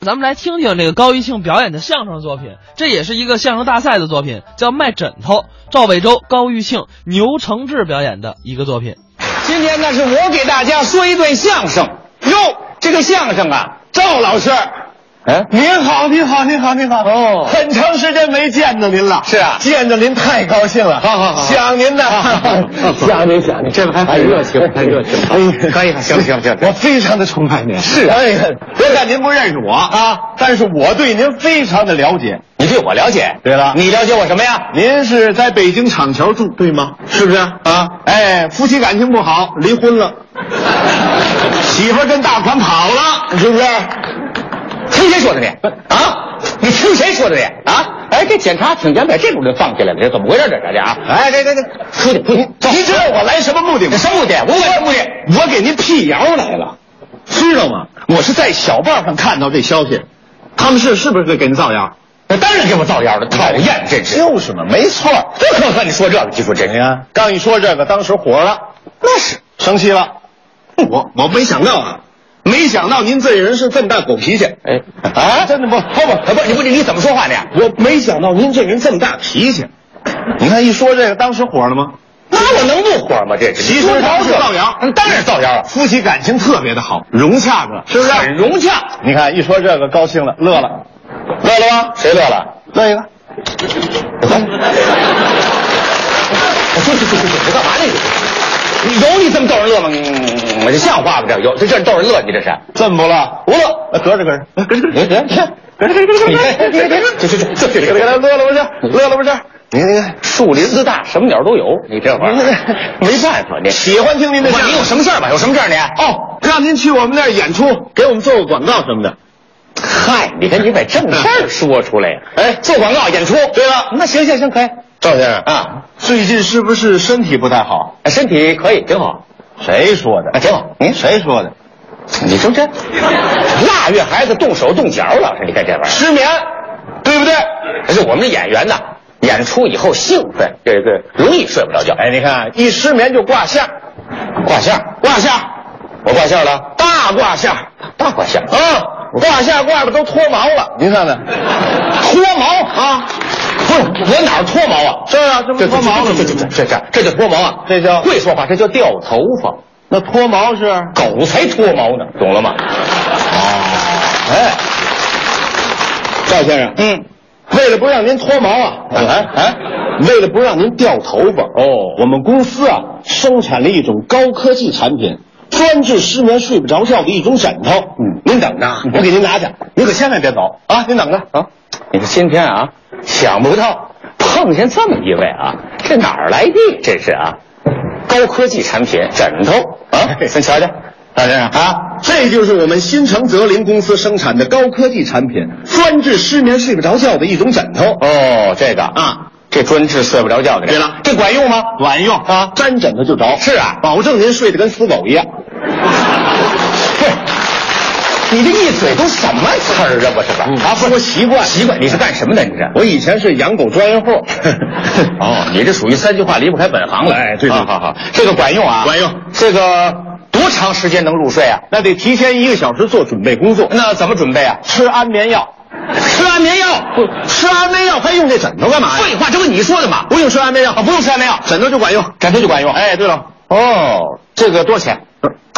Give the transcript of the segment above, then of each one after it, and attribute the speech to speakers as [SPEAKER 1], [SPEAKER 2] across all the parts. [SPEAKER 1] 咱们来听听这个高一庆表演的相声作品，这也是一个相声大赛的作品，叫《卖枕头》，赵伟洲、高玉庆、牛承志表演的一个作品。
[SPEAKER 2] 今天呢，是我给大家说一段相声。哟，这个相声啊，赵老师，
[SPEAKER 3] 哎，
[SPEAKER 2] 您好，
[SPEAKER 3] 您好，您好，您好！
[SPEAKER 2] 哦
[SPEAKER 3] 很长时间没见着您了。
[SPEAKER 2] 是啊
[SPEAKER 3] 见着您太高兴了。
[SPEAKER 2] 好好好
[SPEAKER 3] 想您呐
[SPEAKER 2] 好， 好
[SPEAKER 3] 想您，想您，
[SPEAKER 2] 这还很热情很热情
[SPEAKER 3] 哎，
[SPEAKER 2] 可以了行行行啊
[SPEAKER 3] 我非常的崇拜您。是哎呀，
[SPEAKER 2] 别看您不认识我
[SPEAKER 3] 啊，但是我对您非常的了解。
[SPEAKER 2] 你对我了解？
[SPEAKER 3] 对了
[SPEAKER 2] 你了解我什么呀？
[SPEAKER 3] 您是在北京厂桥住对吗？是不是啊？哎，夫妻感情不好，离婚了，
[SPEAKER 2] 媳妇儿跟大款跑了，
[SPEAKER 3] 是不是？
[SPEAKER 2] 听谁说的你？啊，你听谁说的你？啊，哎，这检查挺严把这主就放起来了，这怎么回事？这这这啊！
[SPEAKER 3] 哎，这这这，
[SPEAKER 2] 出去出去，走！
[SPEAKER 3] 您知道我来什么目的吗？
[SPEAKER 2] 什么目的？我有什么目的？
[SPEAKER 3] 我给您辟谣来了，知道吗？我是在小报上看到这消息，他们是是不是给您造谣？
[SPEAKER 2] 那当然给我造谣了，讨厌，真是！
[SPEAKER 3] 就是嘛，没错。嗯
[SPEAKER 2] 不可和你说这个，你说这
[SPEAKER 3] 你
[SPEAKER 2] 个，
[SPEAKER 3] 看，刚一说这个，当时火了，
[SPEAKER 2] 那是
[SPEAKER 3] 生气了。 我我没想到啊，没想到您这人是这么大狗脾气。
[SPEAKER 2] 哎
[SPEAKER 3] 啊，真的不不不
[SPEAKER 2] 啊，不，你不你你怎么说话呢？
[SPEAKER 3] 我没想到您这人这么大脾气。你看一说这个，当时火了吗？
[SPEAKER 2] 那我能不火吗？这是
[SPEAKER 3] 其实他是造谣
[SPEAKER 2] 嗯当然是造谣，
[SPEAKER 3] 夫妻感情特别的好，融洽着，是不是？
[SPEAKER 2] 很融洽。
[SPEAKER 3] 你看一说这个，高兴了，乐了，
[SPEAKER 2] 乐了吗？谁乐了？
[SPEAKER 3] 乐一哎个。
[SPEAKER 2] 我说这这这这干嘛呢？你有你这么逗人乐吗？嗯我这像话吗？这有这这逗人乐，你这是
[SPEAKER 3] 这么不乐？
[SPEAKER 2] 不乐？
[SPEAKER 3] 呃，搁着搁着，搁着搁
[SPEAKER 2] 别别别别别别别别别！这这这这这
[SPEAKER 3] 给他
[SPEAKER 2] 这
[SPEAKER 3] 乐了不是？乐了不是？你你
[SPEAKER 2] 树林子大，什么鸟都有。你这玩意儿没办法，你
[SPEAKER 3] 喜欢听您的
[SPEAKER 2] 我
[SPEAKER 3] 相
[SPEAKER 2] 你有
[SPEAKER 3] 声
[SPEAKER 2] 什么事儿吧？有什么事儿你？
[SPEAKER 3] 哦，让您去我们那儿演出，给我们做个广告什么的。
[SPEAKER 2] 嗨，你看你把正事儿说出来呀！
[SPEAKER 3] 哎
[SPEAKER 2] 做广告演出。对了，那行行行，可以
[SPEAKER 3] 赵先生
[SPEAKER 2] 啊，
[SPEAKER 3] 最近是不是身体不太好？
[SPEAKER 2] 哎身体可以，挺好，
[SPEAKER 3] 谁说的
[SPEAKER 2] 啊，挺好。
[SPEAKER 3] 您谁说的？
[SPEAKER 2] 你说 这腊月孩子动手动脚了，你看这玩意儿，
[SPEAKER 3] 失眠，对不对？
[SPEAKER 2] 而且我们这演员呐，演出以后兴奋，这个容易睡不着觉。
[SPEAKER 3] 哎，你看一失眠就挂相，
[SPEAKER 2] 挂相，
[SPEAKER 3] 挂相，
[SPEAKER 2] 我挂相了，
[SPEAKER 3] 大挂相
[SPEAKER 2] 大挂相啊！
[SPEAKER 3] 啊，挂相挂的都脱毛了。您看看，
[SPEAKER 2] 脱毛啊！不是我哪儿脱毛啊？
[SPEAKER 3] 是啊，这不脱毛了吗
[SPEAKER 2] 这？这这这这叫脱毛啊！
[SPEAKER 3] 这叫
[SPEAKER 2] 会说话，这叫掉头发。
[SPEAKER 3] 那脱毛是？
[SPEAKER 2] 狗才脱毛呢，懂了吗？
[SPEAKER 3] 哎，赵先生，
[SPEAKER 2] 嗯，
[SPEAKER 3] 为了不让您脱毛啊，哎哎，为了不让您掉头发
[SPEAKER 2] 哦
[SPEAKER 3] 我们公司啊生产了一种高科技产品，专治失眠睡不着觉的一种枕头。
[SPEAKER 2] 嗯
[SPEAKER 3] 您等着啊，我给您拿去，您可千万别走啊，您等着
[SPEAKER 2] 啊，你说今天啊，想不到碰见这么一位啊，这哪儿来的？这是啊，高科技产品枕头啊，咱瞧瞧，
[SPEAKER 3] 赵先生啊，这就是我们新城泽林公司生产的高科技产品，专治失眠睡不着觉的一种枕头。
[SPEAKER 2] 哦，这个
[SPEAKER 3] 啊，
[SPEAKER 2] 这专治睡不着觉的。
[SPEAKER 3] 对了
[SPEAKER 2] 这管用吗？
[SPEAKER 3] 管用啊，沾枕头就着。
[SPEAKER 2] 是啊
[SPEAKER 3] 保证您睡得跟死狗 一样。
[SPEAKER 2] 不是，你这一嘴都什么词儿啊？我这个
[SPEAKER 3] 啊，不说习惯，
[SPEAKER 2] 习惯，你是干什么的？你这。
[SPEAKER 3] 我以前是养狗专业户
[SPEAKER 2] 哦，你这属于三句话离不开本行了。啊
[SPEAKER 3] 哎对对
[SPEAKER 2] 好好好，这个管用啊，
[SPEAKER 3] 管用
[SPEAKER 2] 这个多长时间能入睡啊？
[SPEAKER 3] 那得提前一个小时做准备工作，
[SPEAKER 2] 那怎么准备啊？
[SPEAKER 3] 吃安眠药。
[SPEAKER 2] 吃安眠药。
[SPEAKER 3] 吃安眠药还用这枕头干嘛呀？
[SPEAKER 2] 废话，这不你说的吗？
[SPEAKER 3] 不用吃安眠药，
[SPEAKER 2] 啊，不用吃安眠药，
[SPEAKER 3] 枕头就管用。
[SPEAKER 2] 枕头就管用。哎，
[SPEAKER 3] 哎，对了，
[SPEAKER 2] 哦，这个多少钱？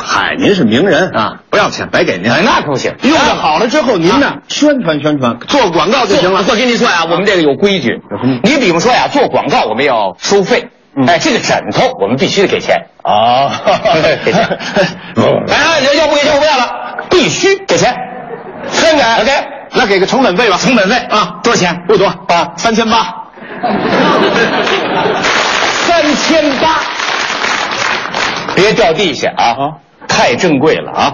[SPEAKER 3] 嗨，您是名人
[SPEAKER 2] 啊，
[SPEAKER 3] 不要钱白给您
[SPEAKER 2] 哎，那可不行，啊
[SPEAKER 3] 用的好了之后，您呢宣传宣传，做广告就行了。啊
[SPEAKER 2] 我跟你说呀，我们这个有规矩。你比方说呀，做广告我们要收费。
[SPEAKER 3] 嗯
[SPEAKER 2] 哎，这个枕头我们必须得给钱。
[SPEAKER 3] 啊
[SPEAKER 2] 给 钱。哎，要不给钱我不要了，必须给钱。真给？OK，
[SPEAKER 3] 那给个成本费吧，
[SPEAKER 2] 成本费
[SPEAKER 3] 啊，
[SPEAKER 2] 多少钱？
[SPEAKER 3] 不多
[SPEAKER 2] 啊
[SPEAKER 3] 三千八。
[SPEAKER 2] 三千八。别掉地下啊！
[SPEAKER 3] 啊
[SPEAKER 2] 太珍贵了啊！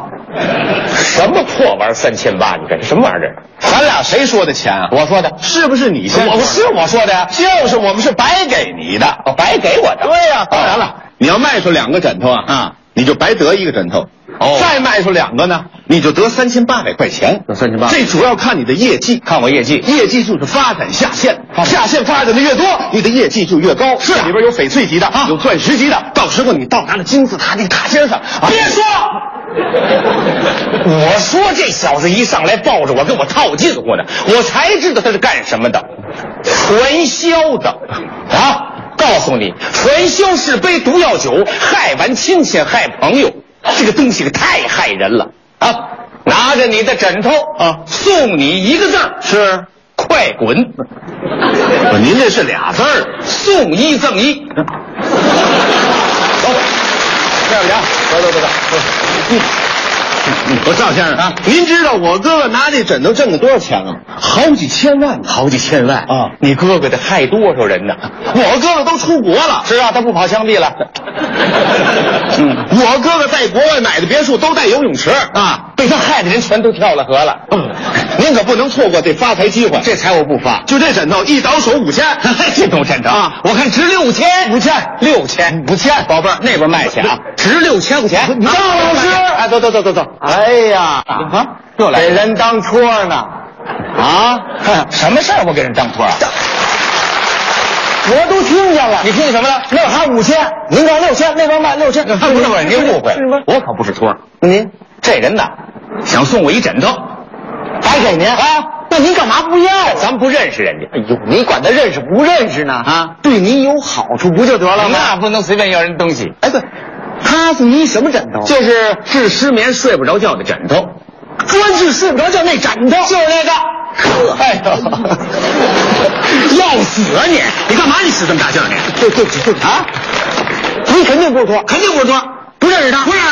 [SPEAKER 2] 什么破玩意儿三千八？你这是什么玩意儿？
[SPEAKER 3] 咱俩谁说的钱啊？
[SPEAKER 2] 我说的，
[SPEAKER 3] 是不是你先？
[SPEAKER 2] 我是我说的呀，
[SPEAKER 3] 就是我们是白给你的。
[SPEAKER 2] 哦，白给我的。
[SPEAKER 3] 对呀、
[SPEAKER 2] 当
[SPEAKER 3] 当
[SPEAKER 2] 然
[SPEAKER 3] 然
[SPEAKER 2] 了
[SPEAKER 3] 了，你要卖出两个枕头啊，啊，你就白得一个枕头。
[SPEAKER 2] 哦
[SPEAKER 3] 再卖出两个呢，你就得三千八百块钱。
[SPEAKER 2] 得3800
[SPEAKER 3] 这主要看你的业绩，
[SPEAKER 2] 看我业绩
[SPEAKER 3] 业绩就是发展下线，
[SPEAKER 2] 发展
[SPEAKER 3] 下线发展的越多，你的业绩就越高。是里边有翡翠级的，
[SPEAKER 2] 啊
[SPEAKER 3] 有钻石级的，到时候你到达了金字塔顶塔尖上，
[SPEAKER 2] 别 说了。我说这小子一上来抱着我跟我套近乎呢，我才知道他是干什么的，传销的啊！告诉你，传销是杯毒药酒，害完亲戚害朋友，这个东西可太害人了啊！拿着你的枕头
[SPEAKER 3] 啊
[SPEAKER 2] 送你一个字儿是快滚，
[SPEAKER 3] 啊您这是俩字儿。嗯
[SPEAKER 2] 送一赠一。
[SPEAKER 3] 走，这样走走走走。我赵先生啊，您知道我哥哥拿这枕头挣了多少钱吗？好几千万呢。
[SPEAKER 2] 好几千万
[SPEAKER 3] 啊
[SPEAKER 2] 你哥哥得害多少人呢？
[SPEAKER 3] 我哥哥都出国了，嗯
[SPEAKER 2] 是啊，他不跑枪毙 了。
[SPEAKER 3] 我哥哥在国外买的别墅都带游泳池
[SPEAKER 2] 啊，被他害的人全都跳了河了。
[SPEAKER 3] 嗯，您可不能错过这发财机会。
[SPEAKER 2] 这财我不发，
[SPEAKER 3] 就这枕头，一倒手五千，
[SPEAKER 2] 这种枕头
[SPEAKER 3] 啊
[SPEAKER 2] 我看值六千，五千，六千，五千，宝贝儿那边卖去啊， 值六千 块钱。
[SPEAKER 3] 赵老师
[SPEAKER 2] 哎，走走走走走。哎呀，啊，又来，给人当托呢，啊， 什么事儿？我给人当托啊？我都听见了，你听见什么了？那还五千，您这六千，那边卖六千。不是不是，您误会了，我可不是托。您这人呐，想送我一枕头，白给您啊？那您干嘛不要？咱不认识人家。哎呦，你管他认识不认识呢？啊，对你有好处不就得了吗？那不能随便要人东西。哎，对，他送你什么枕头？就是治失眠睡不着觉的枕头，专治睡不着觉那枕头，就是那个。哎 呦，要死啊你！你干嘛你使这么大劲儿你？对对不起对不起啊！你肯定不是托，肯定不是托，不认识他，不认识。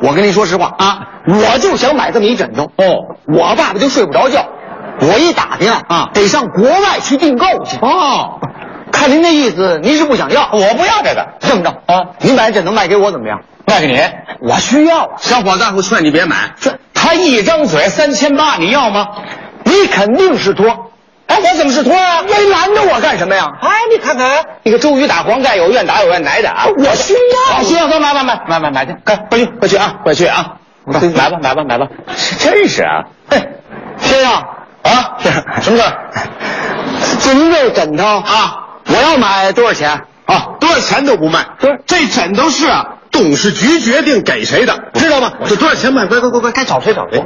[SPEAKER 2] 我跟您说实话啊，我就想买这么一枕头。哦，我爸爸就睡不着觉，我一打听啊，得上国外去订购去。哦，看您那意思，您是不想要？我不要这个。这么着啊，您把这枕头卖给我怎么样？卖给你，我需要啊。
[SPEAKER 3] 小伙子，我劝你别买。
[SPEAKER 2] 这他一张嘴三千八，你要吗？你肯定是托。哎，我怎么是托啊？没拦着我干什么呀？哎，你看看，你个周瑜打黄盖，有愿打有愿挨的啊！我需要，我需要，买买买买买买去，快快去快去啊，快去啊！买吧买吧买吧，真是啊！嘿，先生啊， 什么 事儿？就您这枕头啊，我要买多少钱？
[SPEAKER 3] 啊，多少钱都不卖。
[SPEAKER 2] 多少
[SPEAKER 3] 这枕头是啊，董事局决定给谁的，知道吗？这多少钱卖？快快快快，该找谁找谁。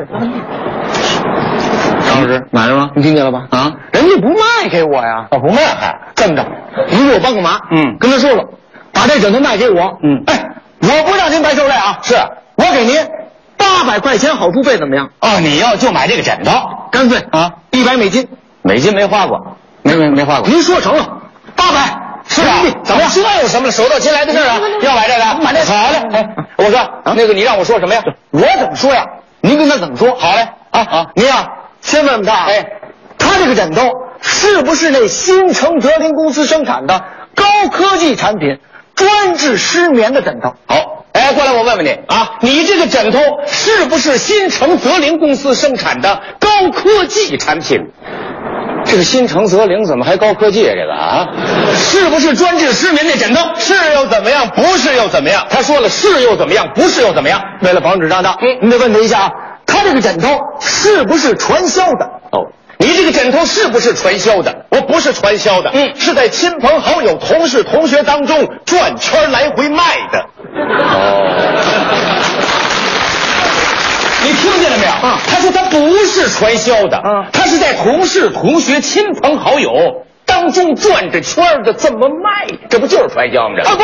[SPEAKER 2] 张老师买了吗？你听见了吧？啊，人家不卖给我呀，啊我不卖还这么着，您给我帮个忙，
[SPEAKER 3] 嗯
[SPEAKER 2] 跟他说说，把这枕头卖给我，
[SPEAKER 3] 嗯
[SPEAKER 2] 哎，我不让您白受累啊，是我给您八
[SPEAKER 3] 哎
[SPEAKER 2] 百块钱好处费怎么样？哦，你要就买这个枕头，干脆啊，一百美金，美金没花过，没没没花过，您说成了，八百。是啊吧？怎么这有什么了？手到擒来的事儿啊！要买这个，买这好嘞。哎，我说、那个，你让我说什么呀？我怎么说呀？您跟他怎么说？好嘞，啊啊！您啊，先问问他，哎，他这个枕头是不是那新城德林公司生产的高科技产品，专治失眠的枕头？好，哎，过来，我问问你啊，你这个枕头是不是新城德林公司生产的高科技产品？这个新城泽陵怎么还高科技啊？这个啊，是不是专治失眠那枕头？是又怎么样？不是又怎么样？他说了是又怎么样？不是又怎么样？为了防止上当，嗯，你得问他一下啊，他这个枕头是不是传销的？哦。你这个枕头是不是传销的？我不是传销的，嗯，是在亲朋好友、同事、同学当中转圈来回卖的。你听见了没有？啊，他说他不是传销的，
[SPEAKER 1] 啊
[SPEAKER 2] 他是在同事、同学、亲朋好友当中转着圈儿的这么卖，这不就是传销吗？这啊不，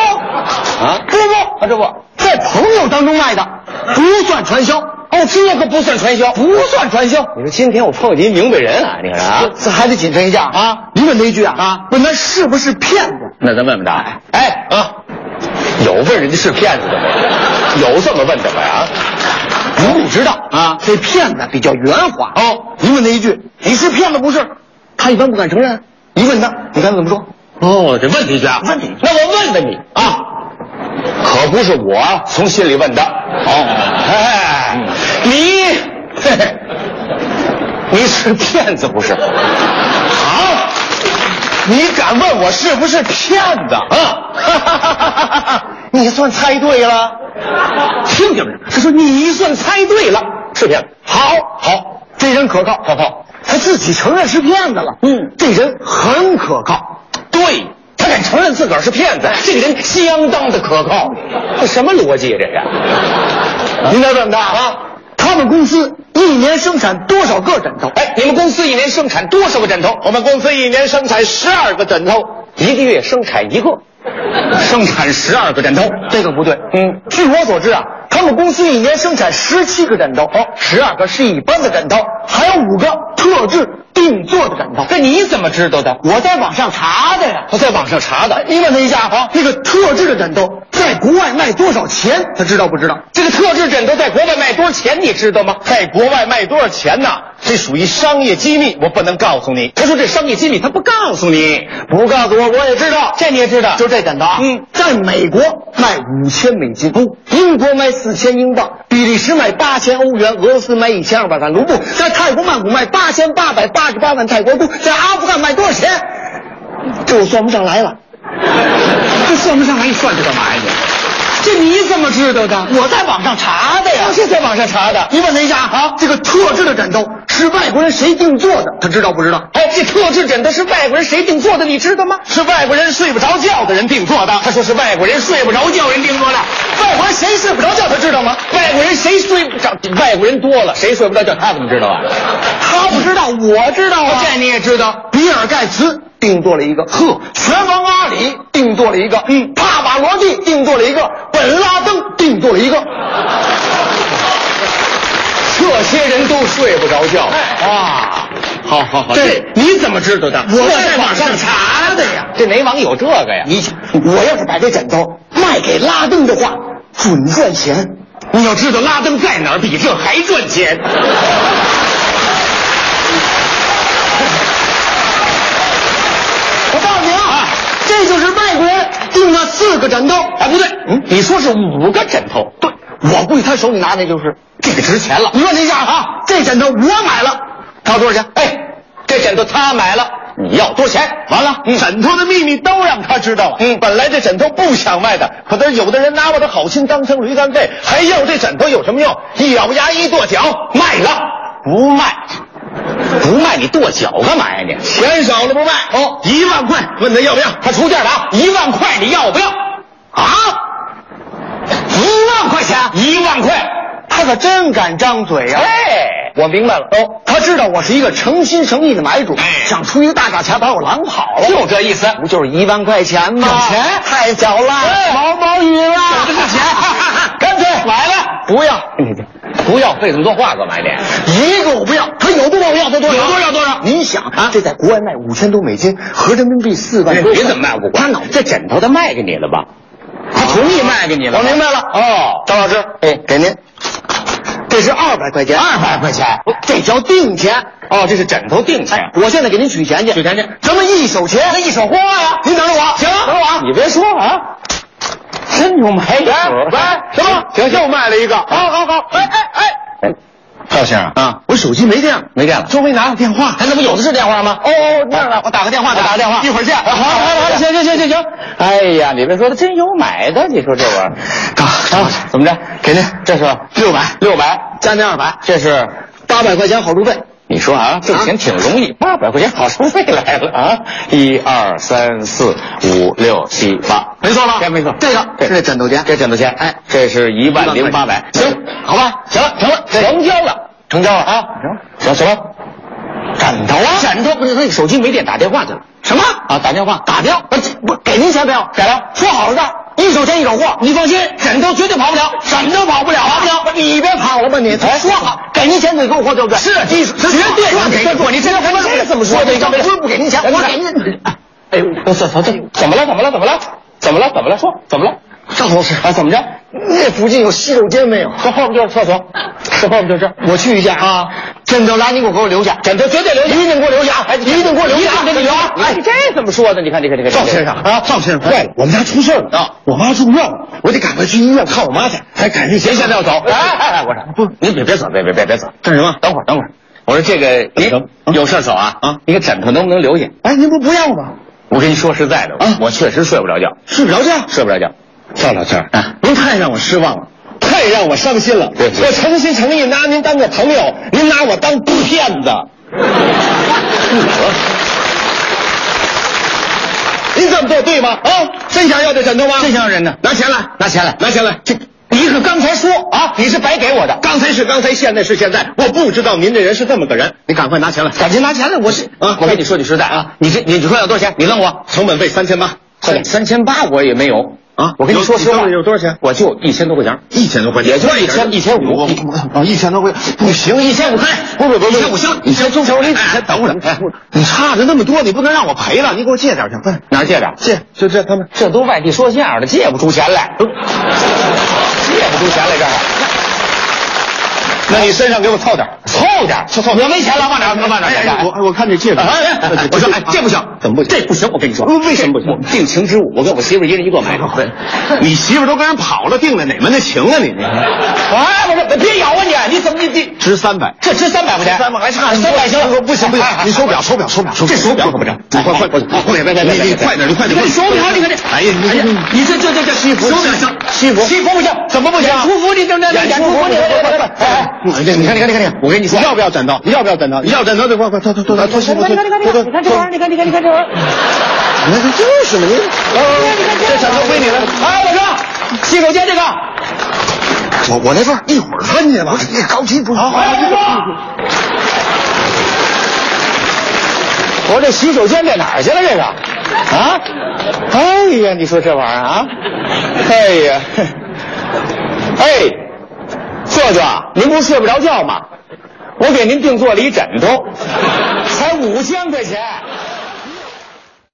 [SPEAKER 2] 啊不不，啊这不在朋友当中卖的，不算传销。哦，这个不算传销，不算传销。你说今天我碰见一明白人啊，你看啊，这还得谨慎一下啊。你问他一句啊啊，问他是不是骗子？那咱问问他，哎啊，有问人家是骗子的吗？有这么问的吗？啊？您不知道啊，这骗子比较圆滑哦。您问他一句：“你是骗子不是？”他一般不敢承认。一问他，你看怎么说？哦，得问他一句啊，问你。那我问问你啊，可不是我从心里问的。哦，哎，你，嘿嘿，你是骗子不是？啊？你敢 问我是不是骗子啊？你算猜对了。 听见没有？他说你算猜对了，是骗子。好，好，这人可靠，可靠。他自己承认是骗子了。嗯，这人很可靠。对，他敢承认自个儿是骗子，这个人相当的可靠。哎这什么逻辑啊？这 是？您猜怎么的啊？他们公司一年生产多少个枕头？哎，你们公司一年生产多少个枕头？我们公司一年生产十二个枕头，一个月生产一个。生产十二个枕头，这个不对。嗯，据我所知啊，他们公司一年生产十七个枕头，哦，十二个是一般的枕头，还有五个特制定做的枕头。这你怎么知道的？我在网上查的呀。他在网上查的。你问他一下啊，那个特制的枕头在国外卖多少钱？他知道不知道？这个特制枕头在国外卖多少钱？你知道吗？在国外卖多少钱呢？这属于商业机密，我不能告诉你。他说这商业机密，他不告诉你，不告诉我，我也知道，这你也知道，就这枕头啊，嗯，在美国卖五千美金，哦，英国卖四千英镑，比利时卖八千欧元，俄罗斯卖一千二百万卢布，在泰国曼谷卖八千八百八十八万泰国铢，在阿富汗卖多少钱？这我算不上来了，这算不上来，你算这干嘛呀你？这你怎么知道的？我在网上查的呀。我是在网上查的。你问他一下啊，这个特制的枕头是外国人谁定做的？他知道不知道？哎，这特制枕头是外国人谁定做的？你知道吗？是外国人睡不着觉的人定做的。他说是外国人睡不着觉人定做的。外国人谁睡不着觉？他知道吗？外国人谁睡不着？外国人多了，谁睡不着觉？他怎么知道啊？他不知道，我知道啊。这你也知道？比尔盖茨定做了一个，呵，拳王阿里定做了一个，嗯，帕瓦罗蒂定做了一个，本拉登定做了一个。这些人都睡不着觉、啊！好好好，这你怎么知道的？我在网上查的呀。这哪网有这个呀？你我要是把这枕头卖给拉登的话，准赚钱。你要知道拉登在哪儿，比这还赚钱。我告诉你啊，这就是外国人订了四个枕头。哎，不对，嗯，你说是五个枕头？对，我估计他手里拿那就是这个值钱了。你问他一下啊，这枕头我买了，他要多少钱？哎，这枕头他买了。你要多少钱？完了，枕头的秘密都让他知道了。嗯，本来这枕头不想卖的，可是有的人拿我的好心当成驴肝肺，还要这枕头有什么用？一咬牙，一跺脚，卖了，不卖。不卖你跺脚干嘛呀你？钱少了不卖哦，一万块，问他要不要？他出价了啊，一万块你要不要？啊，一万块钱，一万块，他可真敢张嘴呀、哎，我明白了哦，他知道我是一个诚心诚意的买主，想出一个大价钱把我狼跑了，就这意思，不就是一万块钱吗？钱太小了，毛毛雨了，有的是钱， 干脆买了，嗯不要。不要费这么多话干嘛呀？一个我不要，他有多少我要多多少，有多少多少。您想啊，这在国外卖五千多美金，合人民币四万多。你怎么卖不？他脑这枕头他卖给你了吧？他同意卖给你了。我明白了。哦，张老师，哎，给您，这是二百块钱，二百块钱，这叫定钱。哦，这是枕头定钱。我现在给您取钱去，取钱去，咱们一手钱，那一手货呀。您等着我，行，等着我啊。你别说啊。真牛卖来来，行吧，啊行，又卖了一个，好好好，哎哎哎。赵先生啊，我手机没电了，没电了，周围拿个电话，哎，那不有的是电话吗？哦哦，那样了，我打个电话，打个电话，一会儿见。好，好，好，行行行行行。哎呀，你别说，他真有买的，你说这玩意儿，啊，怎么着？给您，这是六百，六百加那二百，这是八百块钱好处费。你说啊，挣钱挺容易，八百块钱好处费来了啊！一二三四五六七八，没错吧？这没错，这个是这枕头钱，这枕头钱，哎，这是一万零八百，行，好吧，行了，成了，成交了，成交了啊！行，什么？枕头啊，枕头不是那手机没电，打电话去了。什么啊？打电话打掉？不是，我给您钱没有？给了，说好了的，一手钱一手货，你放心，枕头绝对跑不了，枕头跑不了，跑不了。你别跑了吧你，说好给您钱得给我货，对不对？是，这绝对让给我，你这怎么这怎么说？你我不给您钱，我给您。哎呦，我怎怎怎怎么了？怎么了？怎么了？怎么了？怎么了？说怎么了？赵老师啊，怎么着？那附近有洗手间没有？这后面就是厕 所，这后面就是。我去一下啊，枕头来，你给我给我留下，枕头绝对留下，一定给我留下，哎，一定给我留下，一定给你留。哎，这怎么说的？你看，你看，你看，赵先生啊，赵先生坏了，我们家出事了啊，我妈住院了，我得赶快去医院看我妈去，还赶上谁现在要走？哎哎哎，我说不，您别别走，别别别别走，干什么？等会儿，等会儿。我说这个你有事走啊啊！你个枕头能不能留下？哎，您不不要吗？我跟你说实在的，啊，我确实睡不着觉，睡不着觉，睡不着觉。
[SPEAKER 3] 赵老师，
[SPEAKER 2] 啊
[SPEAKER 3] 您太让我失望了，太让我伤心了。
[SPEAKER 2] 对对
[SPEAKER 3] 我诚心诚意拿您当个朋友，您拿我当 骗子。您这么做对吗？啊，真想要这枕头吗？
[SPEAKER 2] 真想要人呢
[SPEAKER 3] 拿钱来，
[SPEAKER 2] 拿钱来
[SPEAKER 3] 拿钱来。这你可刚才说啊，你是白给我的。刚才是刚才，现在是现在。我不知道您这人是这么个人，你赶快拿钱来，
[SPEAKER 2] 赶紧拿钱来，我是
[SPEAKER 3] 啊
[SPEAKER 2] 我跟你说句实在啊，你这你你说要多少钱？你扔我，
[SPEAKER 3] 成本费三千八，快点。
[SPEAKER 2] 三千八我也没有
[SPEAKER 3] 啊
[SPEAKER 2] 我跟你
[SPEAKER 3] 有
[SPEAKER 2] 说实
[SPEAKER 3] 你
[SPEAKER 2] 话，
[SPEAKER 3] 兜里有多少钱
[SPEAKER 2] 我就一千多块钱，
[SPEAKER 3] 一千多块钱
[SPEAKER 2] 也就一
[SPEAKER 3] 快点
[SPEAKER 2] 千一千五
[SPEAKER 3] 我
[SPEAKER 2] 啊，一千多块不行，一千五块，不不不，一千五行，一千中小你先等会儿，哎，你差着那么多，你不能让我赔了，你给我借点去，不是哪儿借点？借
[SPEAKER 3] 就这，他们
[SPEAKER 2] 这都外地说相声的，借不出钱 来，借不出钱来这儿。那你身上给我凑点，凑点，凑凑，我没钱了，往哪往哪儿
[SPEAKER 3] 哎，我我看这借
[SPEAKER 2] 哎哎哎哎我说哎，这不行，呃
[SPEAKER 3] 怎么不行？
[SPEAKER 2] 这不行，哦我跟你说，
[SPEAKER 3] 为什么不行
[SPEAKER 2] 我定情之物，我跟我媳妇儿一人一个买。
[SPEAKER 3] 你媳妇都跟人跑了，定了哪门子情啊你？
[SPEAKER 2] 哎，我说别咬啊你！你怎么你你
[SPEAKER 3] 值三百，
[SPEAKER 2] 这值三百块钱？
[SPEAKER 3] 三百还差
[SPEAKER 2] 三百行？哎
[SPEAKER 3] 不行不行，你手表手表手表手表，
[SPEAKER 2] 这手表可不哎成，
[SPEAKER 3] 成你快快快快点，你你快点，你快点，
[SPEAKER 2] 你手表你看这，
[SPEAKER 3] 哎呀，
[SPEAKER 2] 哎呀，你这这这这西服手表行，西服西服不行，怎么不行？啊出服你这这
[SPEAKER 3] 演出服
[SPEAKER 2] 你
[SPEAKER 3] 你
[SPEAKER 2] 快快快！
[SPEAKER 3] 哎
[SPEAKER 2] 哎，
[SPEAKER 3] 哎，你看你看你看你看，我跟你说，要不要枕头？要不要枕头？要枕头的快快脱脱脱脱脱西服，脱脱脱脱，
[SPEAKER 4] 你看，你看，你看这玩意儿，
[SPEAKER 3] 那这就是嘛你，这枕头归你了。
[SPEAKER 2] 哎，我说西口街这个，
[SPEAKER 3] 我我那份一会儿分去吧，你着急不？好
[SPEAKER 2] 哎，我说。我说这洗手间这哪儿去了？这个啊，哎呀，你说这玩意儿啊，哎呀， 哎，舅舅，您不是睡不着觉吗？我给您定做了一枕头，才五千块钱。